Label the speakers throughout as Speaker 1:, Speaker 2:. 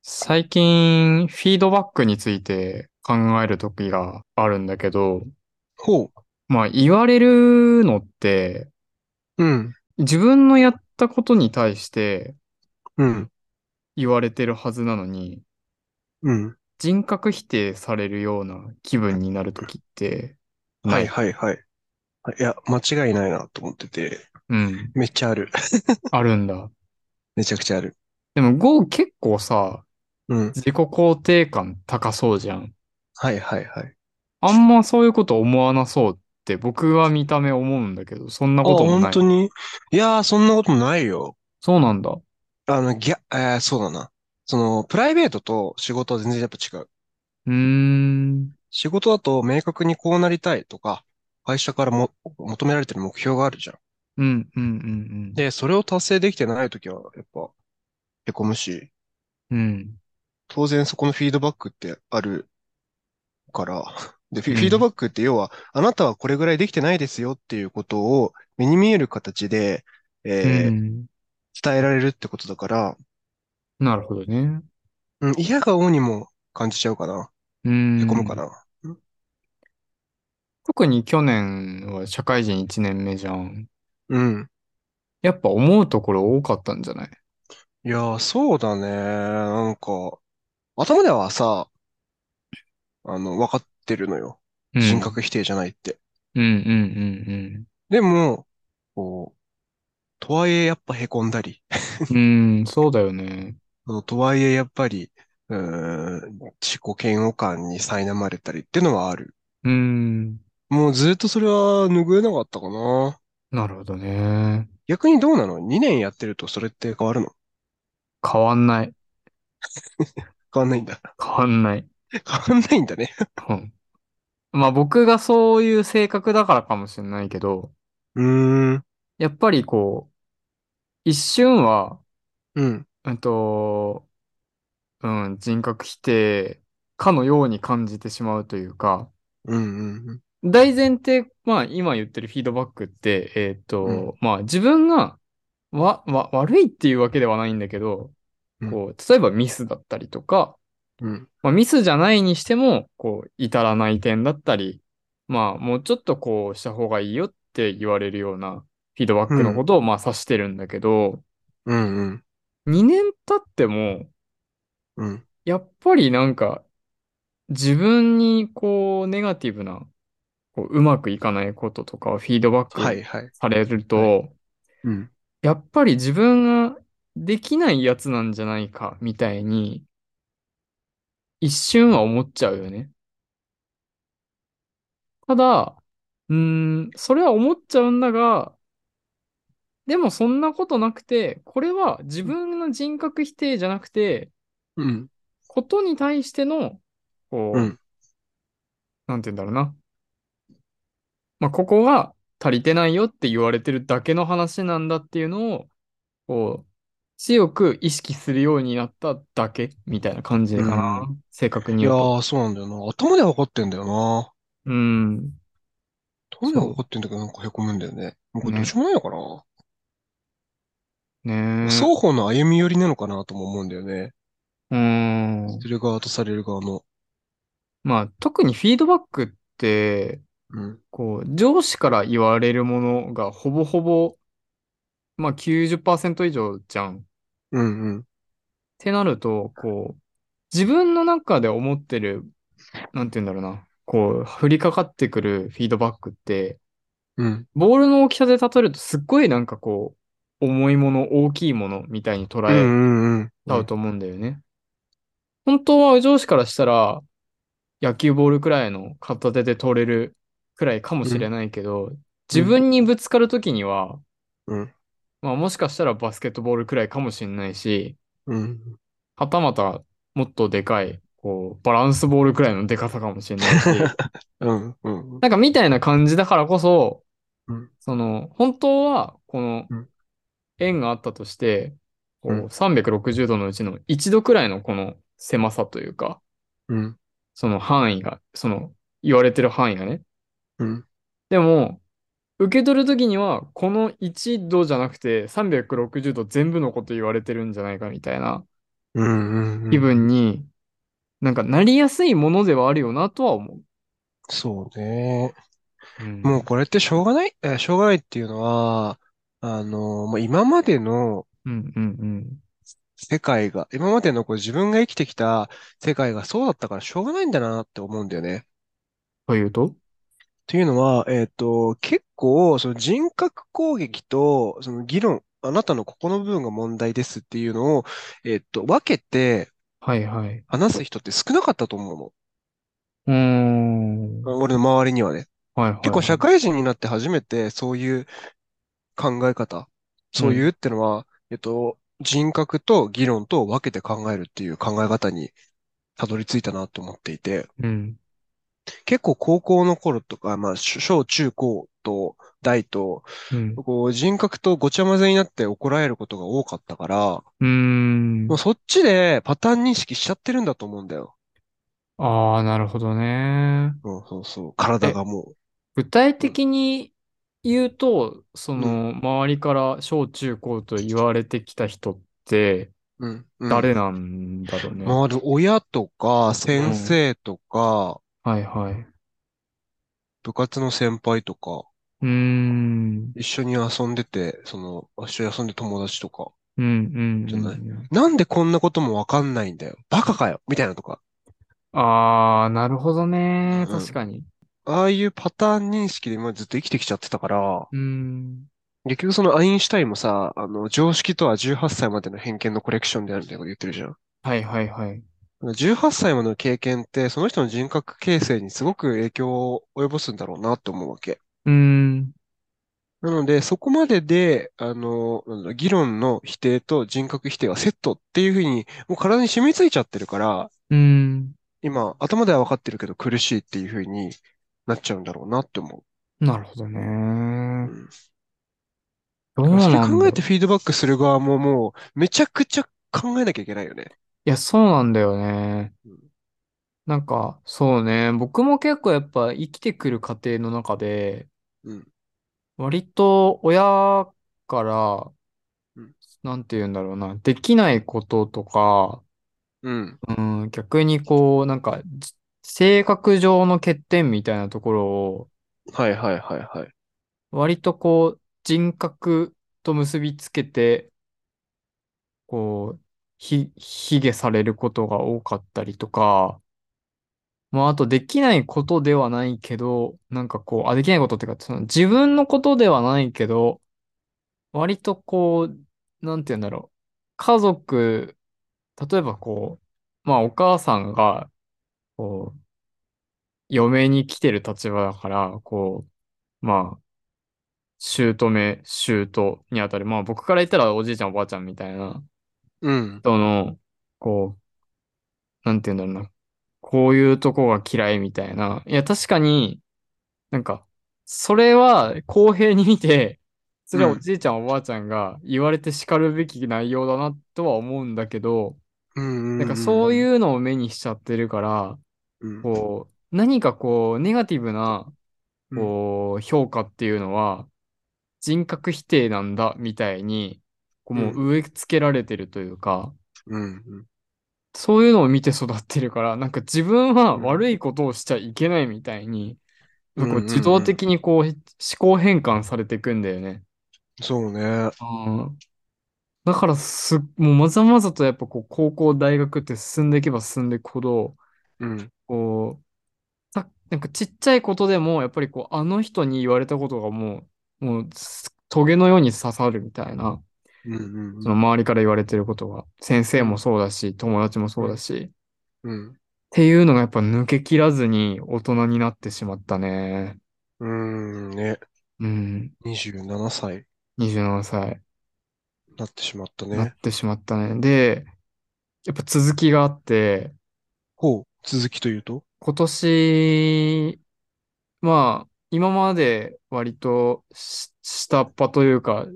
Speaker 1: 最近、フィードバックについて考える時があるんだけど、
Speaker 2: ほう。
Speaker 1: まあ言われるのって、
Speaker 2: うん。
Speaker 1: 自分のやったことに対して
Speaker 2: うん。
Speaker 1: 言われてるはずなのに、
Speaker 2: うん。
Speaker 1: 人格否定されるような気分になる時って
Speaker 2: は
Speaker 1: ないい。
Speaker 2: はいはい。いや、間違いないなと思ってて。
Speaker 1: うん。
Speaker 2: めっちゃある。
Speaker 1: あるんだ。
Speaker 2: めちゃくちゃある。
Speaker 1: でも、ゴー結構さ、
Speaker 2: うん。
Speaker 1: 自己肯定感高そうじゃん。
Speaker 2: はいはいはい。
Speaker 1: あんまそういうこと思わなそうって僕は見た目思うんだけど、そんな
Speaker 2: あ、
Speaker 1: ことも
Speaker 2: 本
Speaker 1: ない
Speaker 2: 当
Speaker 1: の。
Speaker 2: にいやー、そんなことないよ。
Speaker 1: そうなんだ。
Speaker 2: あの、ギャ、えー、そうだな。その、プライベートと仕事は全然やっぱ違う。
Speaker 1: うーん。
Speaker 2: 仕事だと明確にこうなりたいとか、会社からも求められてる目標があるじゃん。
Speaker 1: うん、うん、
Speaker 2: で、それを達成できてないときは、やっぱ、へこむし、
Speaker 1: うん、うん。うん。
Speaker 2: 当然そこのフィードバックってあるから、 で、フ
Speaker 1: う
Speaker 2: ィフィード
Speaker 1: ん。
Speaker 2: バックって要は、あなたはこれぐらいできてないですよっていうことを目に見える形で、
Speaker 1: う
Speaker 2: え
Speaker 1: ん。
Speaker 2: ー伝えられるってことだから、
Speaker 1: なるほどね。
Speaker 2: うん、嫌が応にも感じちゃうかな。
Speaker 1: う
Speaker 2: へこむか
Speaker 1: ん。
Speaker 2: な。うん
Speaker 1: 特に去年は社会人1年目じゃん。
Speaker 2: うん。
Speaker 1: やっぱ思うところ多かったんじゃない
Speaker 2: いやー、そうだね。なんか、頭ではさ、あの、分かってるのよ。
Speaker 1: う
Speaker 2: 人
Speaker 1: ん。
Speaker 2: 格否定じゃないって。
Speaker 1: うんうんうん
Speaker 2: でも、こう、とはいえやっぱへこんだり、
Speaker 1: うん。うん、そうだよね。
Speaker 2: そうとはいえやっぱり、うーん、自己嫌悪感に苛まれたりってのはある。
Speaker 1: うん。
Speaker 2: もうずっとそれは拭えなかったかな。
Speaker 1: なるほどね。
Speaker 2: 逆にどうなの ?2 年やってるとそれって変わるの
Speaker 1: 変わんない。
Speaker 2: 変わんないんだ。
Speaker 1: 変わんない。
Speaker 2: 変わんないんだね。
Speaker 1: うん。まあ僕がそういう性格だからかもしれないけど、
Speaker 2: うーん。
Speaker 1: やっぱりこう、一瞬は、
Speaker 2: うん。
Speaker 1: うんと、うん、人格否定かのように感じてしまうというか、
Speaker 2: うんうん
Speaker 1: 大前提、まあ今言ってるフィードバックって、えっ
Speaker 2: うん。
Speaker 1: と、まあ自分がわ、わ、悪いっていうわけではないんだけど、
Speaker 2: うん。
Speaker 1: こう、例えばミスだったりとか、
Speaker 2: うん。
Speaker 1: まあ、ミスじゃないにしても、こう、至らない点だったり、まあ、もうちょっとこうした方がいいよって言われるようなフィードバッ
Speaker 2: う
Speaker 1: クのこ
Speaker 2: ん。
Speaker 1: とを、まあ、指してるんだけど、
Speaker 2: うん。うん。
Speaker 1: 2年経っても、
Speaker 2: うん。
Speaker 1: やっぱりなんか、自分にこう、ネガティブな、こう、うまくいかないこととかをフィードバッ
Speaker 2: は
Speaker 1: ク
Speaker 2: いはい。
Speaker 1: される
Speaker 2: はい。
Speaker 1: と、
Speaker 2: うん。
Speaker 1: やっぱり自分ができないやつなんじゃないか、みたいに、一瞬は思っちゃうよね。ただ、うーん、それは思っちゃうんだが、でもそんなことなくて、これは自分の人格否定じゃなくて、
Speaker 2: うん。
Speaker 1: ことに対しての、
Speaker 2: う
Speaker 1: こ
Speaker 2: ん。
Speaker 1: う、なんて言うんだろうな。まあ、ここが足りてないよって言われてるだけの話なんだっていうのを、こう、強く意識するようになっただけみたいな感じ
Speaker 2: う
Speaker 1: か
Speaker 2: ん。
Speaker 1: な。正確に
Speaker 2: い
Speaker 1: 言
Speaker 2: や
Speaker 1: うと。
Speaker 2: ー、そうなんだよな。頭では分かってんだよな。
Speaker 1: うん、
Speaker 2: 頭では分
Speaker 1: そ
Speaker 2: かってんだけどなんかへこむんだよね。もう
Speaker 1: う。
Speaker 2: これどう
Speaker 1: ね。
Speaker 2: しようもないのかな。
Speaker 1: ね
Speaker 2: 双方の歩み寄りなのかなとも思うんだよね。
Speaker 1: え。うー
Speaker 2: す
Speaker 1: ん。
Speaker 2: る側とされる側の。
Speaker 1: まあ、特にフィードバックって、
Speaker 2: うん。
Speaker 1: こう、上司から言われるものがほぼほぼ、まあ90%以上じゃん。っ
Speaker 2: うんうん。
Speaker 1: てなると、こう、自分の中で思ってる、なんて言うんだろうな、こう、降りかかってくるフィードバックって、
Speaker 2: うん。
Speaker 1: ボールの大きさで例えるとすっごいなんかこう、重いもの、大きいものみたいに捉
Speaker 2: う
Speaker 1: え
Speaker 2: んうん
Speaker 1: ち
Speaker 2: う
Speaker 1: ゃ
Speaker 2: ん。う。
Speaker 1: うんと思うんだよね。本当は上司からしたら、野球ボールくらいの片手で取れるくらいかも
Speaker 2: う
Speaker 1: しれ
Speaker 2: ん。
Speaker 1: ないけど、
Speaker 2: う
Speaker 1: 自
Speaker 2: ん。
Speaker 1: 分にぶつかるときには、
Speaker 2: うん。
Speaker 1: まあもしかしたらバスケットボールくらいかもしれないし、
Speaker 2: うん。
Speaker 1: はたまたもっとでかい、こう、バランスボールくらいのでかさかもしれない し、
Speaker 2: うん、うん、うん、
Speaker 1: なんかみたいな感じだからこそ、
Speaker 2: うん、
Speaker 1: その、本当は、この
Speaker 2: うん、
Speaker 1: 円があったとして、
Speaker 2: う
Speaker 1: こ
Speaker 2: ん、
Speaker 1: う、360度のうちの1度くらいのこの狭さというか、
Speaker 2: うん、
Speaker 1: その範囲が、その、言われてる範囲がね。
Speaker 2: うん、
Speaker 1: でも、受け取るときには、この1度じゃなくて、360度全部のこと言われてるんじゃないかみたいな。
Speaker 2: うんうん
Speaker 1: 気
Speaker 2: うん。
Speaker 1: 分に、なんかなりやすいものではあるよなとは思う。
Speaker 2: そうね。
Speaker 1: うん
Speaker 2: もうこれってしょうがない、えーしょうがないっていうのは、あの、もう今までの
Speaker 1: うんうんうん。
Speaker 2: 世界が、今までのこう自分が生きてきた世界がそうだったからしょうがないんだなって思うんだよね。
Speaker 1: というと
Speaker 2: というのは、えっと、結構、その人格攻撃と、その議論、あなたのここの部分が問題ですっていうのを、えっと、分けて
Speaker 1: はいはい。
Speaker 2: 話す人って少なかったと思う
Speaker 1: うーん。
Speaker 2: の。俺の周りにはね。
Speaker 1: はいはい
Speaker 2: 結構
Speaker 1: は
Speaker 2: 社
Speaker 1: い。
Speaker 2: 会人になって初めてそういう考え方、そういうってのは、えっと、人格と議論と分けて考えるっていう考え方にたどり着いたなと思っていて、
Speaker 1: うん。
Speaker 2: 結構高校の頃とか、まあ、小小中高と大と、
Speaker 1: うん。
Speaker 2: こう人格とごちゃ混ぜになって怒られることが多かったから、
Speaker 1: うーん
Speaker 2: もう。そっちでパターン認識しちゃってるんだと思うんだよ。
Speaker 1: ああ、なるほどね。
Speaker 2: うん、そうそう。体がも
Speaker 1: 具体的に言うと、そ
Speaker 2: うん
Speaker 1: の、周りから小中高と言われてきた人って、
Speaker 2: う。うん、うん。
Speaker 1: 誰なんだろうね。
Speaker 2: まあ、でも親とか、先生とか、
Speaker 1: はいはい。う
Speaker 2: 部活の先輩とか、
Speaker 1: ーん。
Speaker 2: 一緒に遊んでて、その、一緒に遊んで友達とか、
Speaker 1: うんうん
Speaker 2: じ
Speaker 1: う
Speaker 2: ゃ
Speaker 1: ん
Speaker 2: ない
Speaker 1: うん。
Speaker 2: なんでこんなこともわかんないんだよ。バカかよみたいなとか。
Speaker 1: ああ、なるほどね。
Speaker 2: うん
Speaker 1: 確かに。
Speaker 2: ああいうパターン認識で今ずっと生きてきちゃってたから、
Speaker 1: うーん。
Speaker 2: 結局そのアインシュタインもさ、あの、常識とは18歳までの偏見のコレクションであるみたいなこと言ってるじゃん。
Speaker 1: はいはいはい。
Speaker 2: 18歳までの経験って、その人の人格形成にすごく影響を及ぼすんだろうなと思うわけ。
Speaker 1: うーん。
Speaker 2: なので、そこまでで、あの、なんだろう議論の否定と人格否定はセットっていうふうに、もう体に染みついちゃってるから、
Speaker 1: うーん。
Speaker 2: 今、頭では分かってるけど苦しいっていうふうになっちゃうんだろうなって思
Speaker 1: なるほど
Speaker 2: う。う
Speaker 1: ね。
Speaker 2: ん
Speaker 1: どうなん
Speaker 2: それ
Speaker 1: だろ
Speaker 2: 考
Speaker 1: う。
Speaker 2: えてフィードバックする側ももう、めちゃくちゃ考えなきゃいけないよね。
Speaker 1: いや、そうなんだよね
Speaker 2: うん。
Speaker 1: なんか、そうね。僕も結構やっぱ生きてくる過程の中で、
Speaker 2: うん。
Speaker 1: 割と親から
Speaker 2: うん、
Speaker 1: なんて言うんだろうな、できないこととか、
Speaker 2: うん。
Speaker 1: うん、逆にこう、なんか、じ性格上の欠点みたいなところを、
Speaker 2: はいはいはいはい。
Speaker 1: 割とこう、人格と結びつけて、こう、ひ、卑下されることが多かったりとか、まあ、あとできないことではないけど、なんかこう、あ、できないことっていうか、その自分のことではないけど、割とこう、なんて言うんだろう。家族、例えばこう、まあお母さんが、こう、嫁に来てる立場だから、こう、まあ、姑、姑にあたる、まあ僕から言ったらおじいちゃんおばあちゃんみたいな
Speaker 2: うん。
Speaker 1: 人の、こう、なんて言うんだろうな。こういうとこが嫌いみたいな。いや、確かに、なんか、それは公平に見て、それはおじいちゃんおばあちゃんが言われて叱るべき内容だなとは思うんだけど、
Speaker 2: うん。
Speaker 1: なんかそう
Speaker 2: う
Speaker 1: いうのを目にしちゃってるから、
Speaker 2: ん。うん。
Speaker 1: こう、何かこう、ネガティブな、
Speaker 2: うん
Speaker 1: こう、評価っていうのは、人格否定なんだ、みたいに、こうもう植え付けられてるというか、
Speaker 2: うん。うん
Speaker 1: そういうのを見て育ってるから、なんか自分は悪いことをしちゃいけないみたいに、
Speaker 2: うん
Speaker 1: こう自動的にこう思考変換されていくんだよね。
Speaker 2: そうね。
Speaker 1: うんだからす、もうまざまざとやっぱこう高校、大学って進んでいけば進んでいくほど、
Speaker 2: うん。
Speaker 1: こう、さ、なんかちっちゃいことでも、やっぱりこう、あの人に言われたことがもう、もうす、トゲのように刺さるみたいな、
Speaker 2: うんうん
Speaker 1: その周りから言われてることが、先生もそうだし、友達もそうだし、
Speaker 2: うん。
Speaker 1: っていうのがやっぱ抜けきらずに大人になってしまったね。
Speaker 2: うん。うん。ね。
Speaker 1: うん。
Speaker 2: 27歳
Speaker 1: 27歳。
Speaker 2: になってしまった
Speaker 1: な
Speaker 2: ね
Speaker 1: っ。てしまったね。で、やっぱ続きがあって、
Speaker 2: ほう。続きというと
Speaker 1: 今年、まあ、今まで割とし下っ端というか、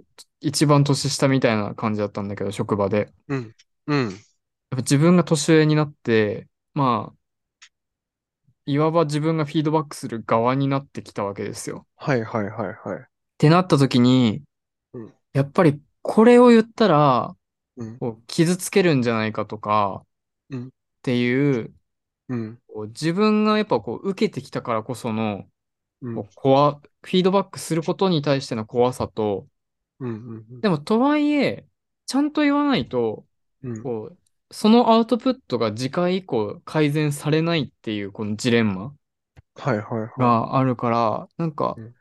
Speaker 1: 一番年下みたいな感じだったんだけど、職場で。やっ
Speaker 2: うん。うん。
Speaker 1: ぱ自分が年上になって、まあ、いわば自分がフィードバックする側になってきたわけですよ。
Speaker 2: はいはいはいはい。
Speaker 1: ってなった時に
Speaker 2: うん、
Speaker 1: やっぱりこれを言ったら、
Speaker 2: うん、
Speaker 1: こう傷つけるんじゃないかとか
Speaker 2: う
Speaker 1: っ
Speaker 2: ん
Speaker 1: ていう、
Speaker 2: うん、
Speaker 1: こう自分がやっぱこう受けてきたからこその、
Speaker 2: うん、うん
Speaker 1: こう怖、フィードバックすることに対しての怖さと、、
Speaker 2: うん、
Speaker 1: でもとはいえ、ちゃんと言わないと、
Speaker 2: うん、
Speaker 1: こう、そのアウトプットが次回以降改善されないっていうこのジレンマ
Speaker 2: はい、はい、は
Speaker 1: があるから、なんか
Speaker 2: うん、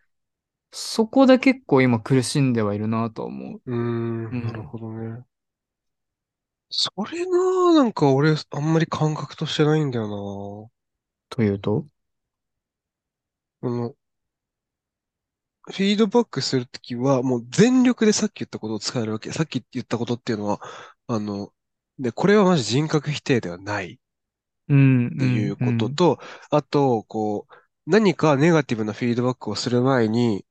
Speaker 1: そこで結構今苦しんではいるなと思う。
Speaker 2: い。うーん、
Speaker 1: うん
Speaker 2: なるほどね。それな、なんか俺、あんまり感覚としてないんだよ
Speaker 1: というと
Speaker 2: な。あの、フィードバックするときは、もう全力でさっき言ったことを使えるわけ。さっき言ったことっていうのは、あの、で、これはマジ人格否定ではない
Speaker 1: うん、
Speaker 2: っていうこ
Speaker 1: ん
Speaker 2: と、と、あと、こう、何かネガティブなフィードバックをする前に、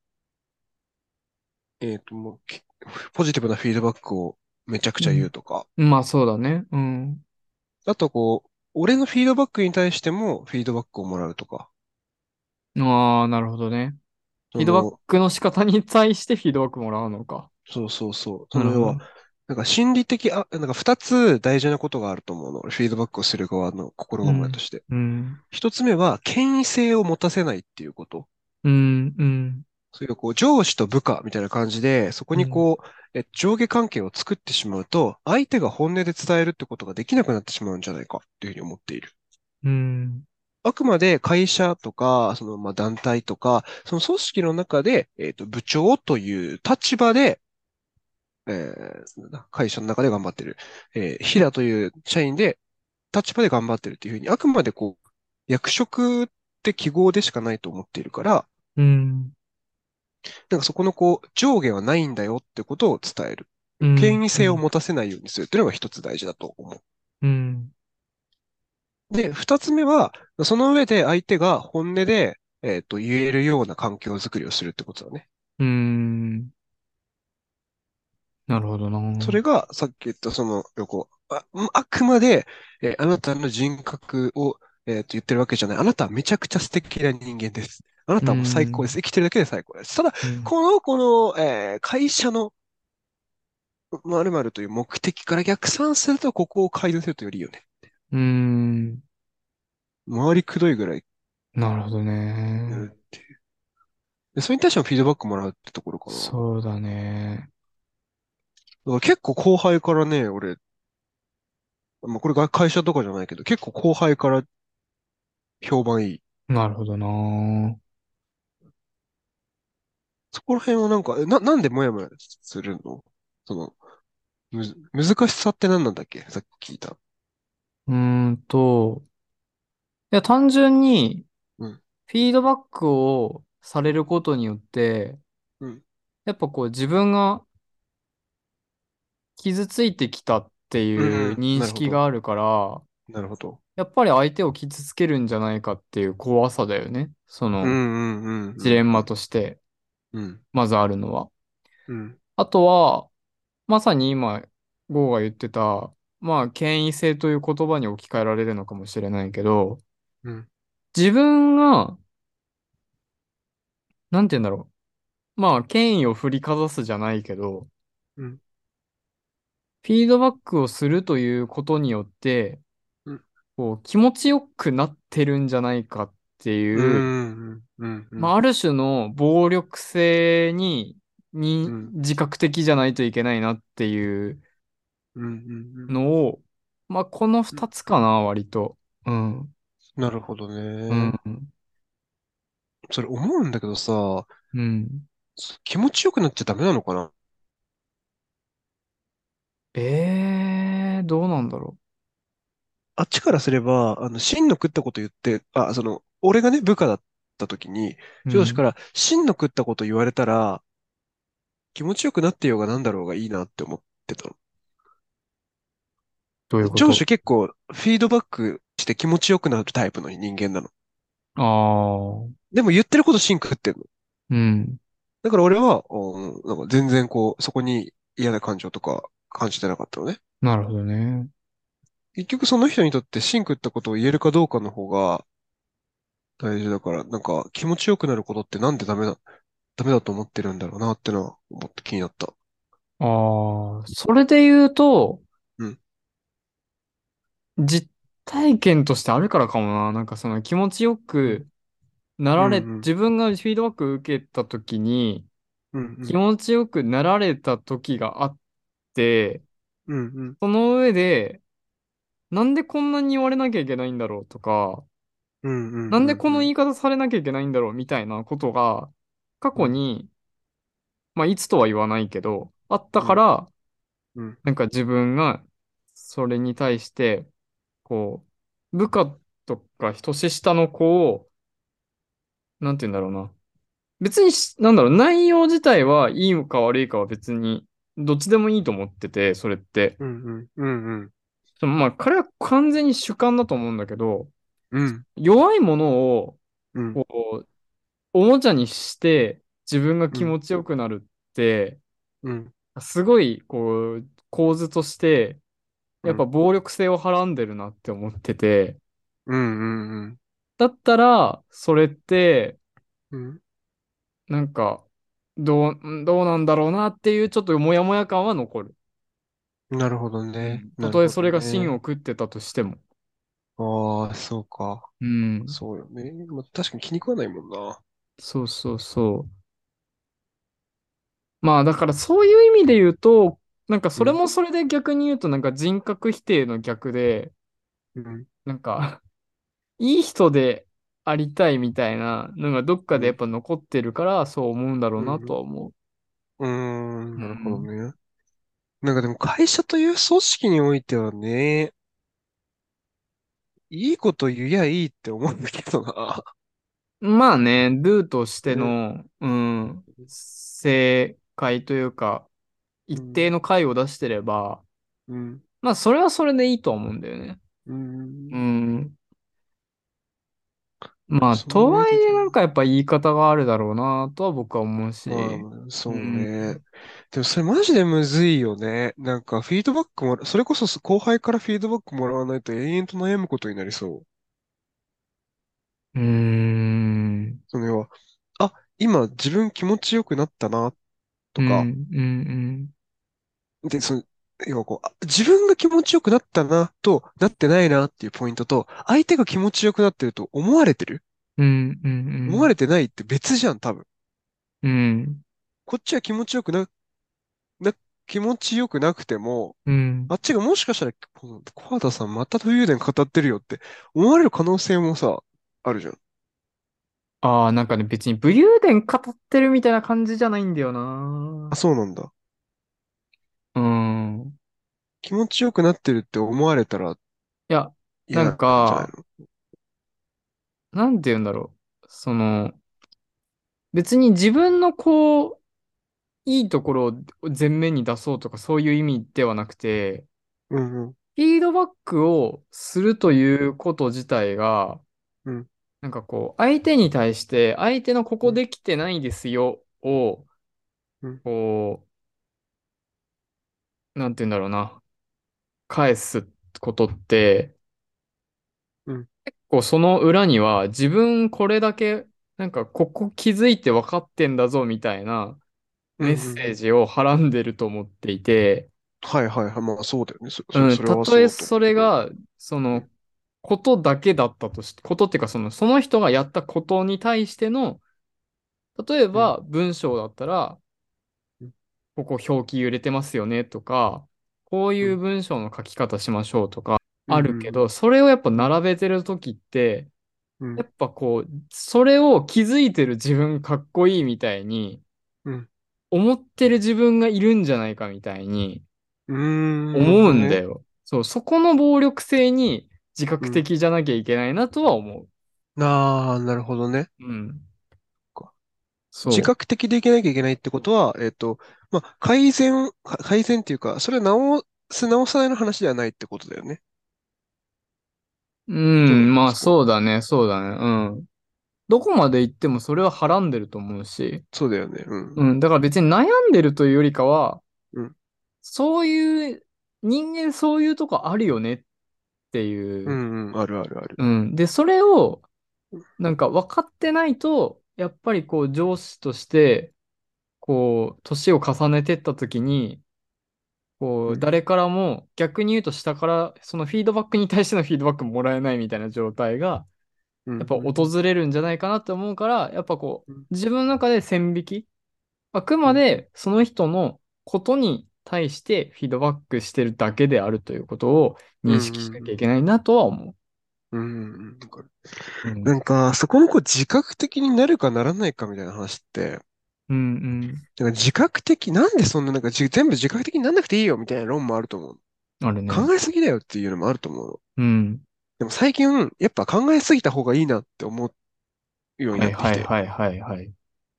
Speaker 2: えっと、もう、きポジティブなフィードバックをめちゃくちゃ言うとか、
Speaker 1: うんまあそうだね。うん。
Speaker 2: あと、こう、俺のフィードバックに対してもフィードバックをもらうとか、
Speaker 1: ああ、なるほどね。フ
Speaker 2: そ
Speaker 1: ィードバッ
Speaker 2: の、
Speaker 1: クの仕方に対してフィードバックもらうのか。
Speaker 2: そうそうそう、そ
Speaker 1: なる
Speaker 2: の
Speaker 1: ほ
Speaker 2: 要
Speaker 1: ど
Speaker 2: は、なんか心理的、あ、なんか二つ大事なことがあると思うの。俺フィードバックをする側の心構えとして。
Speaker 1: うん。
Speaker 2: 一つ目は、権威性を持たせないっていうこと。
Speaker 1: うん、うん。
Speaker 2: そういうこう上司と部下みたいな感じで、そこにこう、え上下関係を作ってしまうと、相手が本音で伝えるってことができなくなってしまうんじゃないかっていうふうに思っている。
Speaker 1: うん。
Speaker 2: あくまで会社とか、そのまあ団体とか、その組織の中で、えっと、部長という立場で、えーなんだ会社の中で頑張ってる。えー、ヒラという社員で、立場で頑張ってるっていうふうに、あくまでこう、役職って記号でしかないと思っているから、
Speaker 1: うん。
Speaker 2: なんかそこのこう、上下はないんだよってことを伝える。
Speaker 1: うん
Speaker 2: 権威性を持たせないようにするっていうのが一つ大事だと思
Speaker 1: うん。
Speaker 2: う。で、二つ目は、その上で相手が本音で、えっと、言えるような環境づくりをするってことだね。
Speaker 1: うん。なるほどな。
Speaker 2: それが、さっき言ったその横、あ、あくまで、えーあなたの人格を、えっと、言ってるわけじゃない。あなたはめちゃくちゃ素敵な人間です。あなたはもう最高です。生きてるだけで最高です。ただ、
Speaker 1: うん、
Speaker 2: この、この、えー会社の〇〇という目的から逆算すると、ここを改善するとよりいいよね。
Speaker 1: うん。
Speaker 2: 回りくどいぐらい
Speaker 1: なるほど
Speaker 2: や
Speaker 1: ね。
Speaker 2: るっていう。で、それに対してもフィードバックもらうってところかな。だか
Speaker 1: そうだね。
Speaker 2: ら結構後輩からね、俺、まあ、これが会社とかじゃないけど、結構後輩から評判いい。
Speaker 1: なるほどな。
Speaker 2: そこら辺はなんか、えな、なんでモヤモヤするのその、むず、難しさって何なんだっけさっき聞いた。
Speaker 1: うーんと、いや、単純に、
Speaker 2: うん
Speaker 1: フィードバックをされることによって、
Speaker 2: うん
Speaker 1: やっぱこう自分が傷ついてきたっていう
Speaker 2: うん
Speaker 1: 認識があるから、
Speaker 2: なるほど。
Speaker 1: やっぱり相手を傷つけるんじゃないかっていう怖さだよね。その
Speaker 2: うんうんうんうん。
Speaker 1: ジレンマとして、
Speaker 2: うん
Speaker 1: まずあるのは。
Speaker 2: うん
Speaker 1: あとは、まさに今、ゴーが言ってた、まあ、権威性という言葉に置き換えられるのかもしれないけど、
Speaker 2: うん
Speaker 1: 自分が、なんて言うんだろう。まあ、権威を振りかざすじゃないけど、
Speaker 2: うん
Speaker 1: フィードバックをするということによって
Speaker 2: うん、
Speaker 1: こう、気持ちよくなってるんじゃないかって
Speaker 2: う
Speaker 1: いう、
Speaker 2: んうんうん
Speaker 1: まあ、ある種の暴力性に、に
Speaker 2: うん
Speaker 1: 自覚的じゃないといけないなっていう、
Speaker 2: うんうんうん
Speaker 1: のを、まあ、この二つかな、割と。うん。
Speaker 2: なるほど
Speaker 1: う
Speaker 2: ね。
Speaker 1: ん。
Speaker 2: それ思うんだけどさ、
Speaker 1: うん。
Speaker 2: 気持ちよくなっちゃダメなのかな
Speaker 1: えー、どうなんだろ
Speaker 2: あっちからすれば、あの、真の食ったこと言って、あ、その、俺がね、部下だった時に、
Speaker 1: う。。
Speaker 2: 上司からら、真の食ったこと言われたら、気持ちよくなってようがなんだろうがいいなって思ってたの。
Speaker 1: どういうこと
Speaker 2: 上司結構、フィードバックして気持ちよくなるタイプの人間なの。
Speaker 1: ああ。
Speaker 2: でも言ってること真食ってる
Speaker 1: う
Speaker 2: の。
Speaker 1: ん。
Speaker 2: だから俺は、うんなんか全然こう、そこに嫌な感情とか感じてなかったのね。
Speaker 1: なるほどね。
Speaker 2: 結局その人にとって真食ったことを言えるかどうかの方が大事だから、なんか気持ちよくなることってなんでダメだ、ダメだと思ってるんだろうなってのは思って気になった。
Speaker 1: ああ、それで言うと、
Speaker 2: うん
Speaker 1: 実体験としてあるからかもな。なんかその気持ちよくなられ、
Speaker 2: うんうん
Speaker 1: 自分がフィードバック受けた時に、
Speaker 2: うん
Speaker 1: 気持ちよくなられた時があって、
Speaker 2: うん。うんうん。
Speaker 1: その上で、なんでこんなに言われなきゃいけないんだろうとか、
Speaker 2: うんうん。
Speaker 1: なんでこの
Speaker 2: う
Speaker 1: 言
Speaker 2: ん
Speaker 1: い方されなきゃいけないんだろうみたいなことが、過去に、まあいつとは言わないけど、あったから、
Speaker 2: うん
Speaker 1: なんか自分がそれに対して、こう、部下とか年下の子を、なんて言うんだろうな。別にし、なんだろう、内容自体はいいか悪いかは別に、どっちでもいいと思ってて、それって。
Speaker 2: うんうんうんうん。
Speaker 1: そのまあ、彼は完全に主観だと思うんだけど、
Speaker 2: うん
Speaker 1: 弱いものを、
Speaker 2: うん。
Speaker 1: こう、おもちゃにして自分が気持ちよくなるって、
Speaker 2: うん。
Speaker 1: すごい、こう、構図として、やっぱ暴力性をはらんでるなって思ってて、
Speaker 2: うんうん
Speaker 1: だったら、それって、
Speaker 2: うん。うん
Speaker 1: なんか、どう、どうなんだろうなっていう、ちょっとモヤモヤ感は残る。
Speaker 2: なるほどね。
Speaker 1: たとえそれが芯を
Speaker 2: を。
Speaker 1: 食ってたとしても。
Speaker 2: ああ、そうか。
Speaker 1: うん。
Speaker 2: そうよね。まあ、確かに気に食わないもんな。
Speaker 1: そうそうそう。まあだからそういう意味で言うと、なんかそれもそれで逆に言うとなんか人格否定の逆で、
Speaker 2: うん。
Speaker 1: なんかいい人でありたいみたいなのがどっかでやっぱ残ってるからそう思うんだろうなとは思
Speaker 2: うーん、なるほどね。なんかでも会社という組織においてはね、いいこと言やいいって思うんだけどな。
Speaker 1: う。まあね、ルーとしての、うん、正解というか、一定の解を出してれば、
Speaker 2: うん。
Speaker 1: まあそれはそれでいいとは思うんだよね。
Speaker 2: うん
Speaker 1: う。ん。まあ、
Speaker 2: そう
Speaker 1: とはい
Speaker 2: いう
Speaker 1: え、
Speaker 2: こと
Speaker 1: なんかやっぱ言い方があるだろうなとは僕は思うし。
Speaker 2: まあ、そう
Speaker 1: う
Speaker 2: ね。でもそれマジでむずいよね。なんかフィードバックもら、それこそ後輩からフィードバックもらわないと延々と悩むことになりそう。
Speaker 1: うーん。
Speaker 2: その要は、あ、今自分気持ちよくなったな、と
Speaker 1: うん、う
Speaker 2: か。
Speaker 1: ん、
Speaker 2: で、その、要はこう、あ自分が気持ちよくなったな、と、なってないなっていうポイントと、相手が気持ちよくなってると思われてる
Speaker 1: うん、うん、うん、
Speaker 2: 思われてないって別じゃん、多分。
Speaker 1: うん、
Speaker 2: こっちは気持ちよくな、な、気持ちよくなくても、
Speaker 1: うん、
Speaker 2: あっちがもしかしたら、この、小畑さんまた武勇伝語ってるよって思われる可能性もさ、あるじゃん。
Speaker 1: ああ、なんかね、別に武勇伝語ってるみたいな感じじゃないんだよな
Speaker 2: あ、そうなんだ。
Speaker 1: うん。い
Speaker 2: 気持ちよくなってるって思われたら
Speaker 1: や、
Speaker 2: 嫌
Speaker 1: なんか
Speaker 2: じゃないの
Speaker 1: なんて言うんだろう。その、別に自分のこう、いいところを前面に出そうとかそういう意味ではなくて、
Speaker 2: うんうん。
Speaker 1: フィードバックをするということ自体が、
Speaker 2: うん
Speaker 1: なんかこう、相手に対して、相手のここできてないですよを
Speaker 2: うん、
Speaker 1: こう、なんて言うんだろうな、返すことって、
Speaker 2: うん
Speaker 1: 結構その裏には、自分これだけ、なんかここ気づいて分かってんだぞみたいな
Speaker 2: うん
Speaker 1: メ
Speaker 2: う
Speaker 1: ッ
Speaker 2: んうん
Speaker 1: セージをはらんでると思っていて、
Speaker 2: はいはいはい。まあそうだよね。そ、そ、
Speaker 1: うん、
Speaker 2: それは
Speaker 1: た
Speaker 2: そ
Speaker 1: と
Speaker 2: う
Speaker 1: え
Speaker 2: だと思
Speaker 1: そう
Speaker 2: け
Speaker 1: れ
Speaker 2: ど。
Speaker 1: が、その、ことだけだったとして、ことっていうか、その、その人がやったことに対しての、例えば文章だったら
Speaker 2: うん、
Speaker 1: ここ表記揺れてますよねとか、こういう文章の書き方しましょうとか、
Speaker 2: うん
Speaker 1: あるけど、それをやっぱ並べてる時って、
Speaker 2: うんうん
Speaker 1: やっぱこう、それを気づいてる自分かっこいいみたいに、
Speaker 2: うん
Speaker 1: 思ってる自分がいるんじゃないかみたいに、
Speaker 2: うん。うーん。
Speaker 1: 思うんだ
Speaker 2: ね。
Speaker 1: よ。そう、そこの暴力性に自覚的じゃなきゃいけないなとは思う。
Speaker 2: ああ、なるほどね。
Speaker 1: うん。
Speaker 2: か
Speaker 1: そう。
Speaker 2: 自覚的でいけなきゃいけないってことは、えっと、まあ、改善、か改善っていうか、それは直す、直さないの話ではないってことだよね。
Speaker 1: う
Speaker 2: でも
Speaker 1: ん、まあ
Speaker 2: そこ
Speaker 1: そうだね、そうだね。うん。どこまで行ってもそれははらんでると思うし。
Speaker 2: そうだよね。うん。
Speaker 1: うん、だから別に悩んでるというよりかは、
Speaker 2: うん
Speaker 1: そういう、人間そういうとこあるよねっていうう。
Speaker 2: んうん、あるあるある。
Speaker 1: うん。で、それを、なんか分かってないと、やっぱりこう上司として、こう、年を重ねてった時に、こ
Speaker 2: う
Speaker 1: う、
Speaker 2: ん
Speaker 1: 誰からも、逆に言うと下から、そのフィードバックに対してのフィードバックもらえないみたいな状態が、
Speaker 2: うん
Speaker 1: やっぱ訪れるんじゃないかなって思うから、やっぱこう
Speaker 2: うん、
Speaker 1: 自分の中で線引き、あくまでその人のことに対してフィードバックしてるだけであるということを認識しなきゃいけないなとは思
Speaker 2: うんうんわかる
Speaker 1: う。うん、う
Speaker 2: なんか、そこもこう自覚的になるかならないかみたいな話って、
Speaker 1: ん、
Speaker 2: なんか自覚的、なんでそんななんかじ全部自覚的になんなくていいよみたいな論もあると思う。
Speaker 1: うん。あるね。
Speaker 2: 考えすぎだよっていうのもあると思うの。
Speaker 1: うん。
Speaker 2: でも最近、やっぱ考えすぎた方がいいなって思うように
Speaker 1: は
Speaker 2: ないって
Speaker 1: は
Speaker 2: き
Speaker 1: い
Speaker 2: て。
Speaker 1: はいはいはい。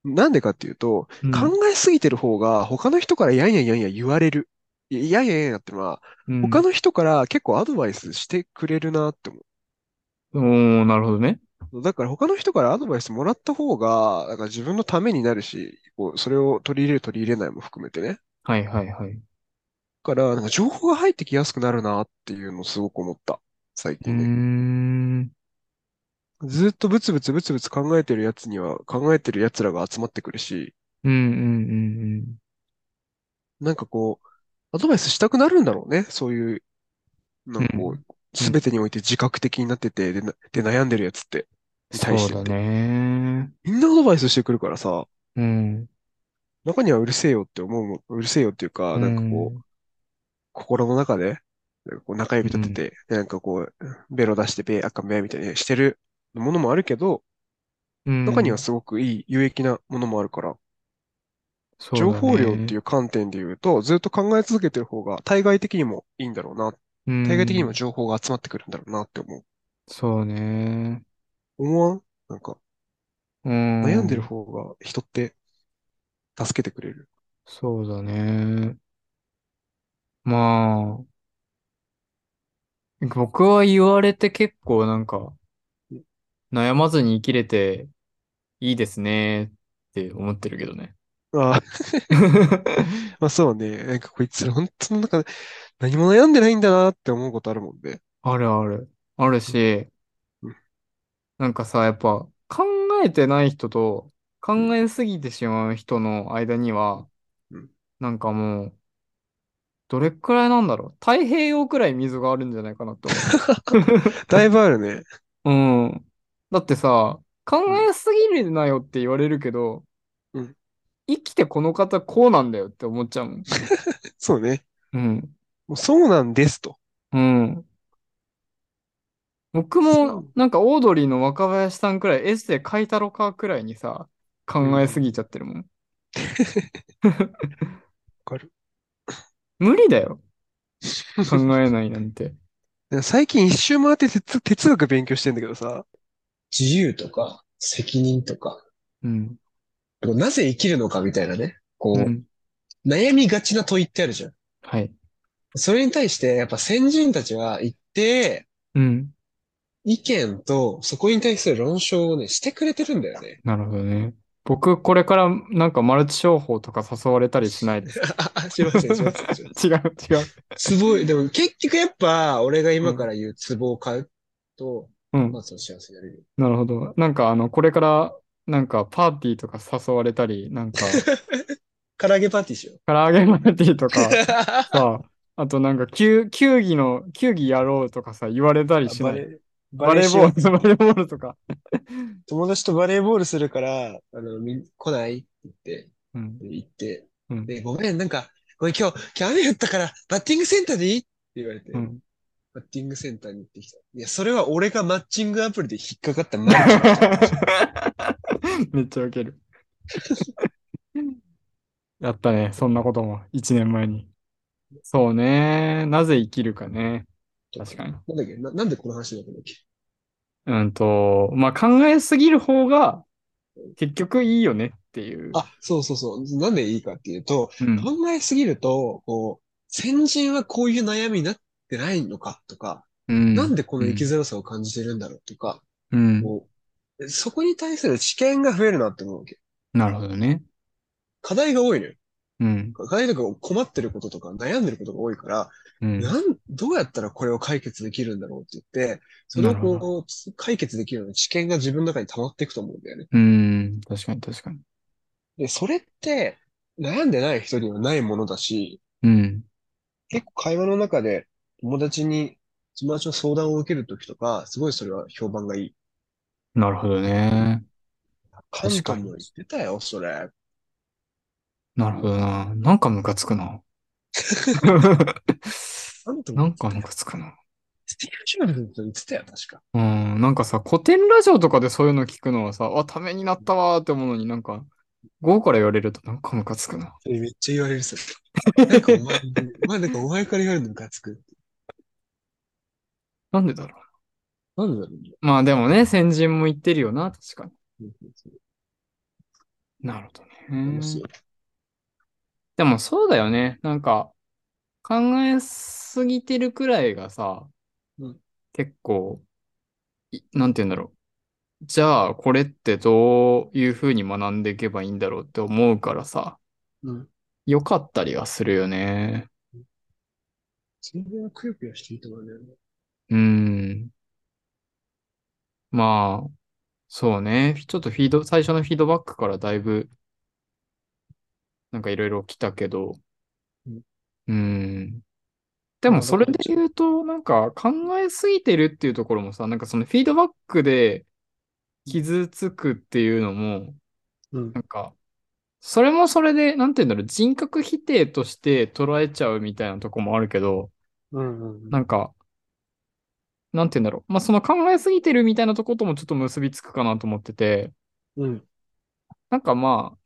Speaker 2: なんでかっていうと、
Speaker 1: うん
Speaker 2: 考えすぎてる方が他の人からやんやんやんや言われる。いやいやいやいやってのは、
Speaker 1: うん
Speaker 2: 他の人から結構アドバイスしてくれるなって思
Speaker 1: おー、なるほどね。
Speaker 2: う。だから他の人からアドバイスもらった方が、なんか自分のためになるし、こうそれを取り入れる取り入れないも含めてね。だ
Speaker 1: はいはいはい。
Speaker 2: から、なんか情報が入ってきやすくなるなっていうのをすごく思った。最
Speaker 1: うー
Speaker 2: 近ね。
Speaker 1: ん。
Speaker 2: ずっとブツブツブツブツ考えてるやつには、考えてるやつらが集まってくるし、
Speaker 1: うんうんうんうん。
Speaker 2: なんかこう、アドバイスしたくなるんだろうね。そういう、なんか
Speaker 1: う
Speaker 2: こう、すべてにおいて自覚的になってて、で、なで悩んでるやつって、に対して
Speaker 1: そうだ
Speaker 2: って。
Speaker 1: ね。
Speaker 2: みんなアドバイスしてくるからさ、
Speaker 1: うん。
Speaker 2: 中にはうるせえよって思うも、うるせえよっていうか、なんかこう、心の中で、なんかこう中指立てて、でなんかこう、ベロ出して、べー、あかんべーみたいにしてるものもあるけど、
Speaker 1: うん、、
Speaker 2: 中にはすごくいい、有益なものもあるから、情報量っていうう観点で言うと、ずっと考え続けてる方が、対外的にもいいんだろうな。
Speaker 1: うん
Speaker 2: 対外的にも情報が集まってくるんだろうなって思う。
Speaker 1: そうね。
Speaker 2: 思わんなんか、
Speaker 1: うん。
Speaker 2: 悩んでる方が人って助けてくれる。
Speaker 1: そうだね。まあ、僕は言われて結構なんか、悩まずに生きれていいですねって思ってるけどね。
Speaker 2: ああ、まあそうね。なんかこいつら本当なんか何も悩んでないんだなって思うことあるもんね。
Speaker 1: あるある。あるし
Speaker 2: うん、
Speaker 1: なんかさ、やっぱ考えてない人と考えすぎてしまう人の間には
Speaker 2: うん、
Speaker 1: なんかもう、どれくらいなんだろう。太平洋くらい溝があるんじゃないかなと思う。
Speaker 2: だいぶあ るね。
Speaker 1: うん。だってさ、考えすぎるなよって言われるけど、
Speaker 2: うん
Speaker 1: 生きてこの方こうなんだよって思っちゃうもん。
Speaker 2: そうね。
Speaker 1: うん。
Speaker 2: もうそうなんですと。
Speaker 1: うん。僕
Speaker 2: そ
Speaker 1: も
Speaker 2: う、
Speaker 1: なんかオードリーの若林さんくらい、エッセイ書いたろかくらいにさ、考えすぎちゃってるもん。
Speaker 2: わかる。
Speaker 1: 無理だ よ。考えないなんて。
Speaker 2: 最近一周回って哲、哲学勉強してんだけどさ、
Speaker 3: 自由とか、責任とか、
Speaker 1: うん。
Speaker 3: なぜ生きるのかみたいなね、こう、
Speaker 1: うん。
Speaker 3: 悩みがちな問いってあるじゃん。
Speaker 1: はい。
Speaker 3: それに対して、やっぱ先人たちは一定
Speaker 1: うん。
Speaker 3: 意見と、そこに対する論証をね、してくれてるんだよね。
Speaker 1: なるほどね。僕、これからなんかマルチ商法とか誘われたりしない です。
Speaker 3: ああ しません、しません、しま
Speaker 1: 違う、違う。
Speaker 3: せん。壺い、でも結局やっぱ、俺が今から言う壺を買うと、
Speaker 1: うん
Speaker 3: ま。あその幸せになれる。
Speaker 1: なるほど。なんか、あの、これから、なんか、パーティーとか誘われたり、なんか、
Speaker 3: 唐揚げパーティーしよう。
Speaker 1: 唐揚げパーティーとか、
Speaker 3: あ
Speaker 1: さ、あとなんか、球、球技の、球技やろうとかさ、言われたりし
Speaker 3: バ
Speaker 1: ない。
Speaker 3: レ、
Speaker 1: バ
Speaker 3: バ
Speaker 1: レ
Speaker 3: レ
Speaker 1: ー
Speaker 3: ー
Speaker 1: ボ
Speaker 3: ボ
Speaker 1: ー
Speaker 3: ー
Speaker 1: ル、バレーボールとか。
Speaker 3: 友達とバレーボールするから、あの、みん、来ないって言って、
Speaker 1: うん。
Speaker 3: で行って、
Speaker 1: うん。
Speaker 3: で、ごめん、なんか、ごめん、今日、今日雨降ったから、バッティングセンターでいいって言われて、
Speaker 1: うん。
Speaker 3: バッティングセンターに行ってきた。いや、それは俺がマッチングアプリで引っかかったマッチング
Speaker 1: めっちゃウケる。 やったね。そんなことも、一年前に。そうね。なぜ生きるかね。確かに。
Speaker 3: なんだっけななんでこの話になったんだっけ
Speaker 1: うんと、まあ、考えすぎる方が、結局いいよねっていう。
Speaker 3: あ、そうそうそう。なんでいいかっていうと、
Speaker 1: うん。
Speaker 3: 考えすぎると、こう、先人はこういう悩みになってないのかとか、
Speaker 1: うん
Speaker 3: なんでこの生きづらさを感じてるんだろうとか、
Speaker 1: うん。
Speaker 3: こうそこに対する知見が増えるなって思うわけ。
Speaker 1: なるほどね。
Speaker 3: 課題が多いのよ。
Speaker 1: うん。
Speaker 3: 課題とか困ってることとか悩んでることが多いから、
Speaker 1: うん。
Speaker 3: なん、どうやったらこれを解決できるんだろうって言って、それを
Speaker 1: なるほ
Speaker 3: こう、解決できるような知見が自分の中に溜まっていくと思うんだよね。
Speaker 1: うん。確かに確かに。
Speaker 3: で、それって、悩んでない人にはないものだし、
Speaker 1: うん。
Speaker 2: 結構会話の中で友達に、友達の相談を受けるときとか、すごいそれは評判がいい。
Speaker 1: なるほどね。
Speaker 2: 関
Speaker 1: 確か
Speaker 2: 東
Speaker 1: に
Speaker 2: も言ってたよ、それ。
Speaker 1: なるほどな。なんかムカつく な。
Speaker 2: 関東
Speaker 1: な
Speaker 2: も
Speaker 1: んかムカつくな。
Speaker 2: スティーブ・ジョブズと言ってたよ、確か。
Speaker 1: うん、なんかさ、古典ラジオとかでそういうの聞くのはさ、あ、ためになったわーって思うのになんか、午後から言われるとなんかムカつくな。
Speaker 2: それめっちゃ言われるさ。 なんかお前、まあなんかお前から言われるのムカつく。
Speaker 1: なんでだろ
Speaker 2: なんでだろうね
Speaker 1: う。まあでもね、先人も言ってるよな、確かに。
Speaker 2: そうそうそう。
Speaker 1: なるほど
Speaker 2: 面
Speaker 1: ね。
Speaker 2: 白い
Speaker 1: でもそうだよね。なんか、考えすぎてるくらいがさ、
Speaker 2: うん
Speaker 1: 結構、いなんて言うんだろう。じゃあ、これってどういうふうに学んでいけばいいんだろうって思うからさ、
Speaker 2: うん。
Speaker 1: 良かったりはするよね。
Speaker 2: それはくよくよしていいと思うんだよね。
Speaker 1: うん。まあ、そうね。ちょっとフィード、最初のフィードバックからだいぶ、なんかいろいろ来たけど、
Speaker 2: うん
Speaker 1: うん。でもそれで言うと、なんか考えすぎてるっていうところもさ、なんかそのフィードバックで傷つくっていうのも、
Speaker 2: うん
Speaker 1: な。んか、それもそれで、なんて言うんだろう、人格否定として捉えちゃうみたいなとこもあるけど、
Speaker 2: うんうんうん。
Speaker 1: なんか、なんて言うんだろう。まあ、その考えすぎてるみたいなとこともちょっと結びつくかなと思ってて、
Speaker 2: うん。
Speaker 1: なんかまあ、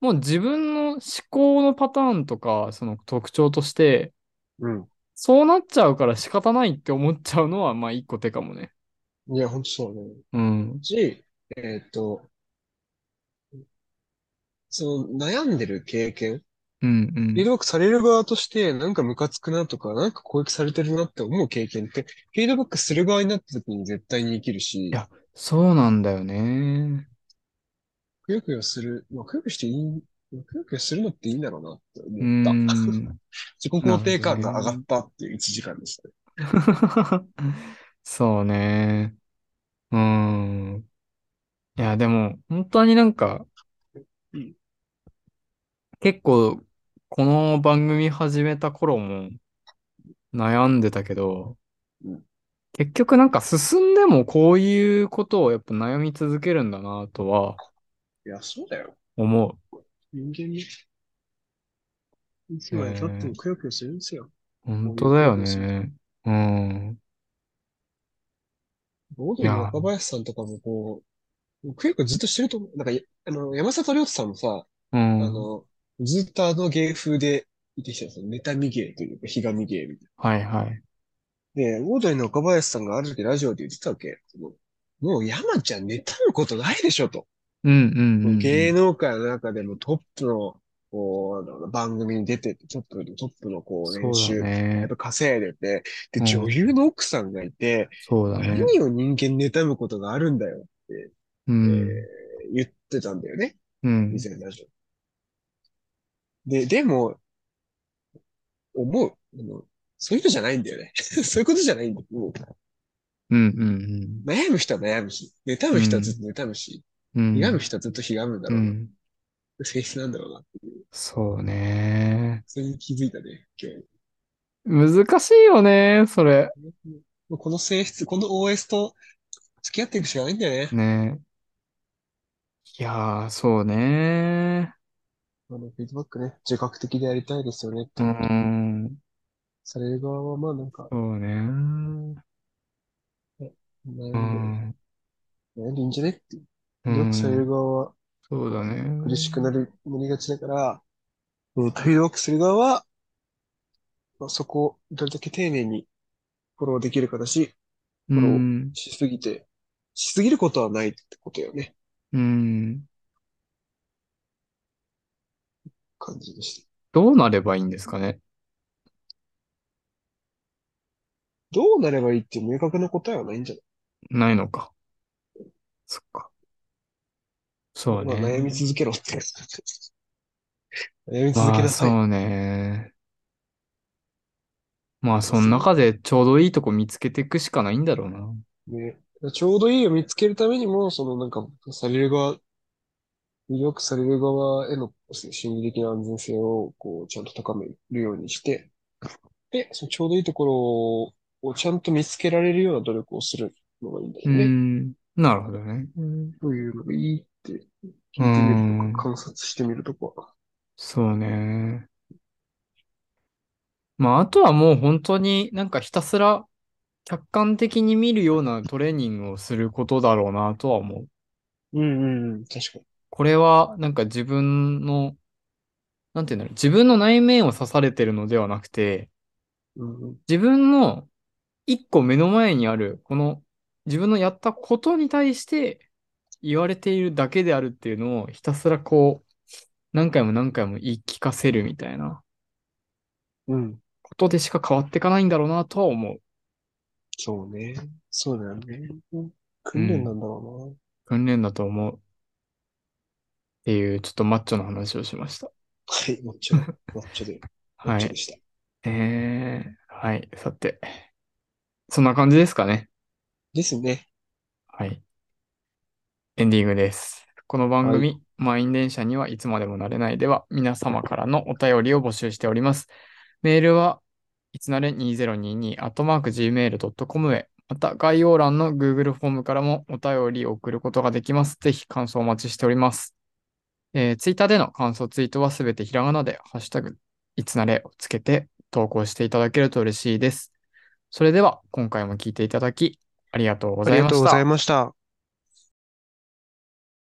Speaker 1: もう自分の思考のパターンとか、その特徴として、
Speaker 2: うん。
Speaker 1: そうなっちゃうから仕方ないって思っちゃうのは、まあ一個手かもね。
Speaker 2: いや、ほんとそうね。
Speaker 1: うん。
Speaker 2: し、えっと、その悩んでる経験、
Speaker 1: うんう
Speaker 2: フィー
Speaker 1: ん。
Speaker 2: ドバックされる側として、なんかムカつくなとか、なんか攻撃されてるなって思う経験って、フィードバックする側になった時に絶対に生きるし、
Speaker 1: やそうなんだよね。
Speaker 2: くよくよする、まあ、くよくよしていい、くよくよするのっていいんだろうなって
Speaker 1: う
Speaker 2: 思った。
Speaker 1: ん。
Speaker 2: 自己肯定感が上がったっていう1時間でしたね。
Speaker 1: そうね。うん。いや、でも、本当になんか
Speaker 2: うん、
Speaker 1: 結構、この番組始めた頃も悩んでたけど
Speaker 2: うん、
Speaker 1: 結局なんか進んでもこういうことをやっぱ悩み続けるんだなとはい
Speaker 2: や、そうだよ。
Speaker 1: 思
Speaker 2: 人間ね。いつまで経ってもくよくよするんですよ。
Speaker 1: う。本当だよ
Speaker 2: そう
Speaker 1: ね。うん。
Speaker 2: オードリーの若林さんとかもこう、くよくよずっとしてると思う。なんか、やあの、山里亮太さんもさ、
Speaker 1: う
Speaker 2: あ
Speaker 1: ん。
Speaker 2: の、ずっとあの芸風でいてきたんですよ。ネタみ芸というか、ひがみ芸みたい
Speaker 1: はいはい。
Speaker 2: な。で、オードリーの若林さんがある時ラジオで言ってたわけ。もう、もう山ちゃんネタむことないでしょと。
Speaker 1: うんうんうんうん。
Speaker 2: 芸能界の中でもトップの、こう、なんだろうな番組に出てて、トップの、トップのこう、
Speaker 1: そ
Speaker 2: 練
Speaker 1: う
Speaker 2: 習、
Speaker 1: だ
Speaker 2: や
Speaker 1: ね
Speaker 2: っ。ぱ稼いでて、で、
Speaker 1: うん
Speaker 2: 女優の奥さんがいて、
Speaker 1: そうだね。
Speaker 2: 何を人間妬むことがあるんだよって
Speaker 1: うん。
Speaker 2: 言ってたんだよね、
Speaker 1: うん
Speaker 2: 以。前ラジオ。で、でも、思う。あのそういうことじゃないんだよね。 そういうことじゃないんだよ。も
Speaker 1: うんうん
Speaker 2: う悩む人は悩むし、妬む人はずっと妬むし、
Speaker 1: うん。うん。
Speaker 2: ひがむ人はずっとひがむんだ
Speaker 1: う
Speaker 2: ろうな。
Speaker 1: ん。
Speaker 2: 性質なんだろうな。
Speaker 1: そうね。
Speaker 2: それに気づいたね、今日。
Speaker 1: 難しいよね、それ。
Speaker 2: もうこの性質、この OS と付き合っていくしかないんだよね。
Speaker 1: ね。いやー、そうね。
Speaker 2: あの、フィードバックね、自覚的でやりたいですよねって。
Speaker 1: うん。
Speaker 2: される側は、まあなんか、
Speaker 1: そうね。
Speaker 2: 悩
Speaker 1: うんん。
Speaker 2: で、悩んでいいんじゃねって。
Speaker 1: う
Speaker 2: フィードバッ
Speaker 1: ん
Speaker 2: クされる側は
Speaker 1: そうだね。
Speaker 2: 苦しくなる、なりがちだから、うん、フィードバックする側は、まあ、そこをどれだけ丁寧にフォローできるかだし、
Speaker 1: うん。
Speaker 2: しすぎて、しすぎることはないってことよね。
Speaker 1: うん。
Speaker 2: 感じでした。
Speaker 1: どうなればいいんですかね。
Speaker 2: どうなればいいっていう明確な答えはないんじゃな
Speaker 1: な
Speaker 2: い
Speaker 1: いのか。そっか。そう
Speaker 2: まあ、
Speaker 1: ね。
Speaker 2: 悩み続けろって。 悩み続けなさい。
Speaker 1: まあ、そうね。まあ、その中でちょうどいいとこ見つけていくしかないんだろうな。
Speaker 2: ね、ちょうどいいを見つけるためにも、そのなんか、される側、魅力される側への心理的な安全性を、こう、ちゃんと高めるようにして、て、そのちょうどいいところをちゃんと見つけられるような努力をするのがいいんだ
Speaker 1: う
Speaker 2: よね。
Speaker 1: ん。なるほどね。
Speaker 2: そういうのがいいって聞いてみるとか、観察してみるとか。
Speaker 1: そうね。まあ、あとはもう本当になんかひたすら客観的に見るようなトレーニングをすることだろうなとは思う。
Speaker 2: うんうんうん、確かに。
Speaker 1: これはなんか自分の、なんていうんだろう、自分の内面を刺されてるのではなくて、
Speaker 2: うんうん、
Speaker 1: 自分の一個目の前にある、この自分のやったことに対して言われているだけであるっていうのをひたすらこう、何回も何回も言い聞かせるみたいな
Speaker 2: うん、
Speaker 1: ことでしか変わっていかないんだろうなとは思う。
Speaker 2: そうね。そうだよね。訓練なんだろ
Speaker 1: 訓練だと思う。っていう、ちょっとマッチョな話をしました。
Speaker 2: うな。はい、もっちょ、もっちょで、も
Speaker 1: は
Speaker 2: っちょ
Speaker 1: い
Speaker 2: で。した。
Speaker 1: えー、はい。さて。そんな感じですかね。
Speaker 2: ですね。
Speaker 1: はい。エンディングです。この番組、
Speaker 2: は
Speaker 1: 満員電車にはいつまでもなれないでは、皆様からのお便りを募集しております。メールは、いつなれ2022、アットマーク gmail.com へ、また概要欄の Google フォームからもお便りを送ることができます。ぜひ感想をお待ちしております。えー、Twitter での感想ツイートはすべてひらがなで、ハッシュタグ、いつなれをつけて投稿していただけると嬉しいです。それでは、今回も聞いていただき、ありがとうご
Speaker 4: あ
Speaker 1: ざ
Speaker 4: り
Speaker 1: い
Speaker 4: が
Speaker 1: ま
Speaker 4: とう
Speaker 1: し
Speaker 4: ご
Speaker 1: た
Speaker 4: ざい。ました。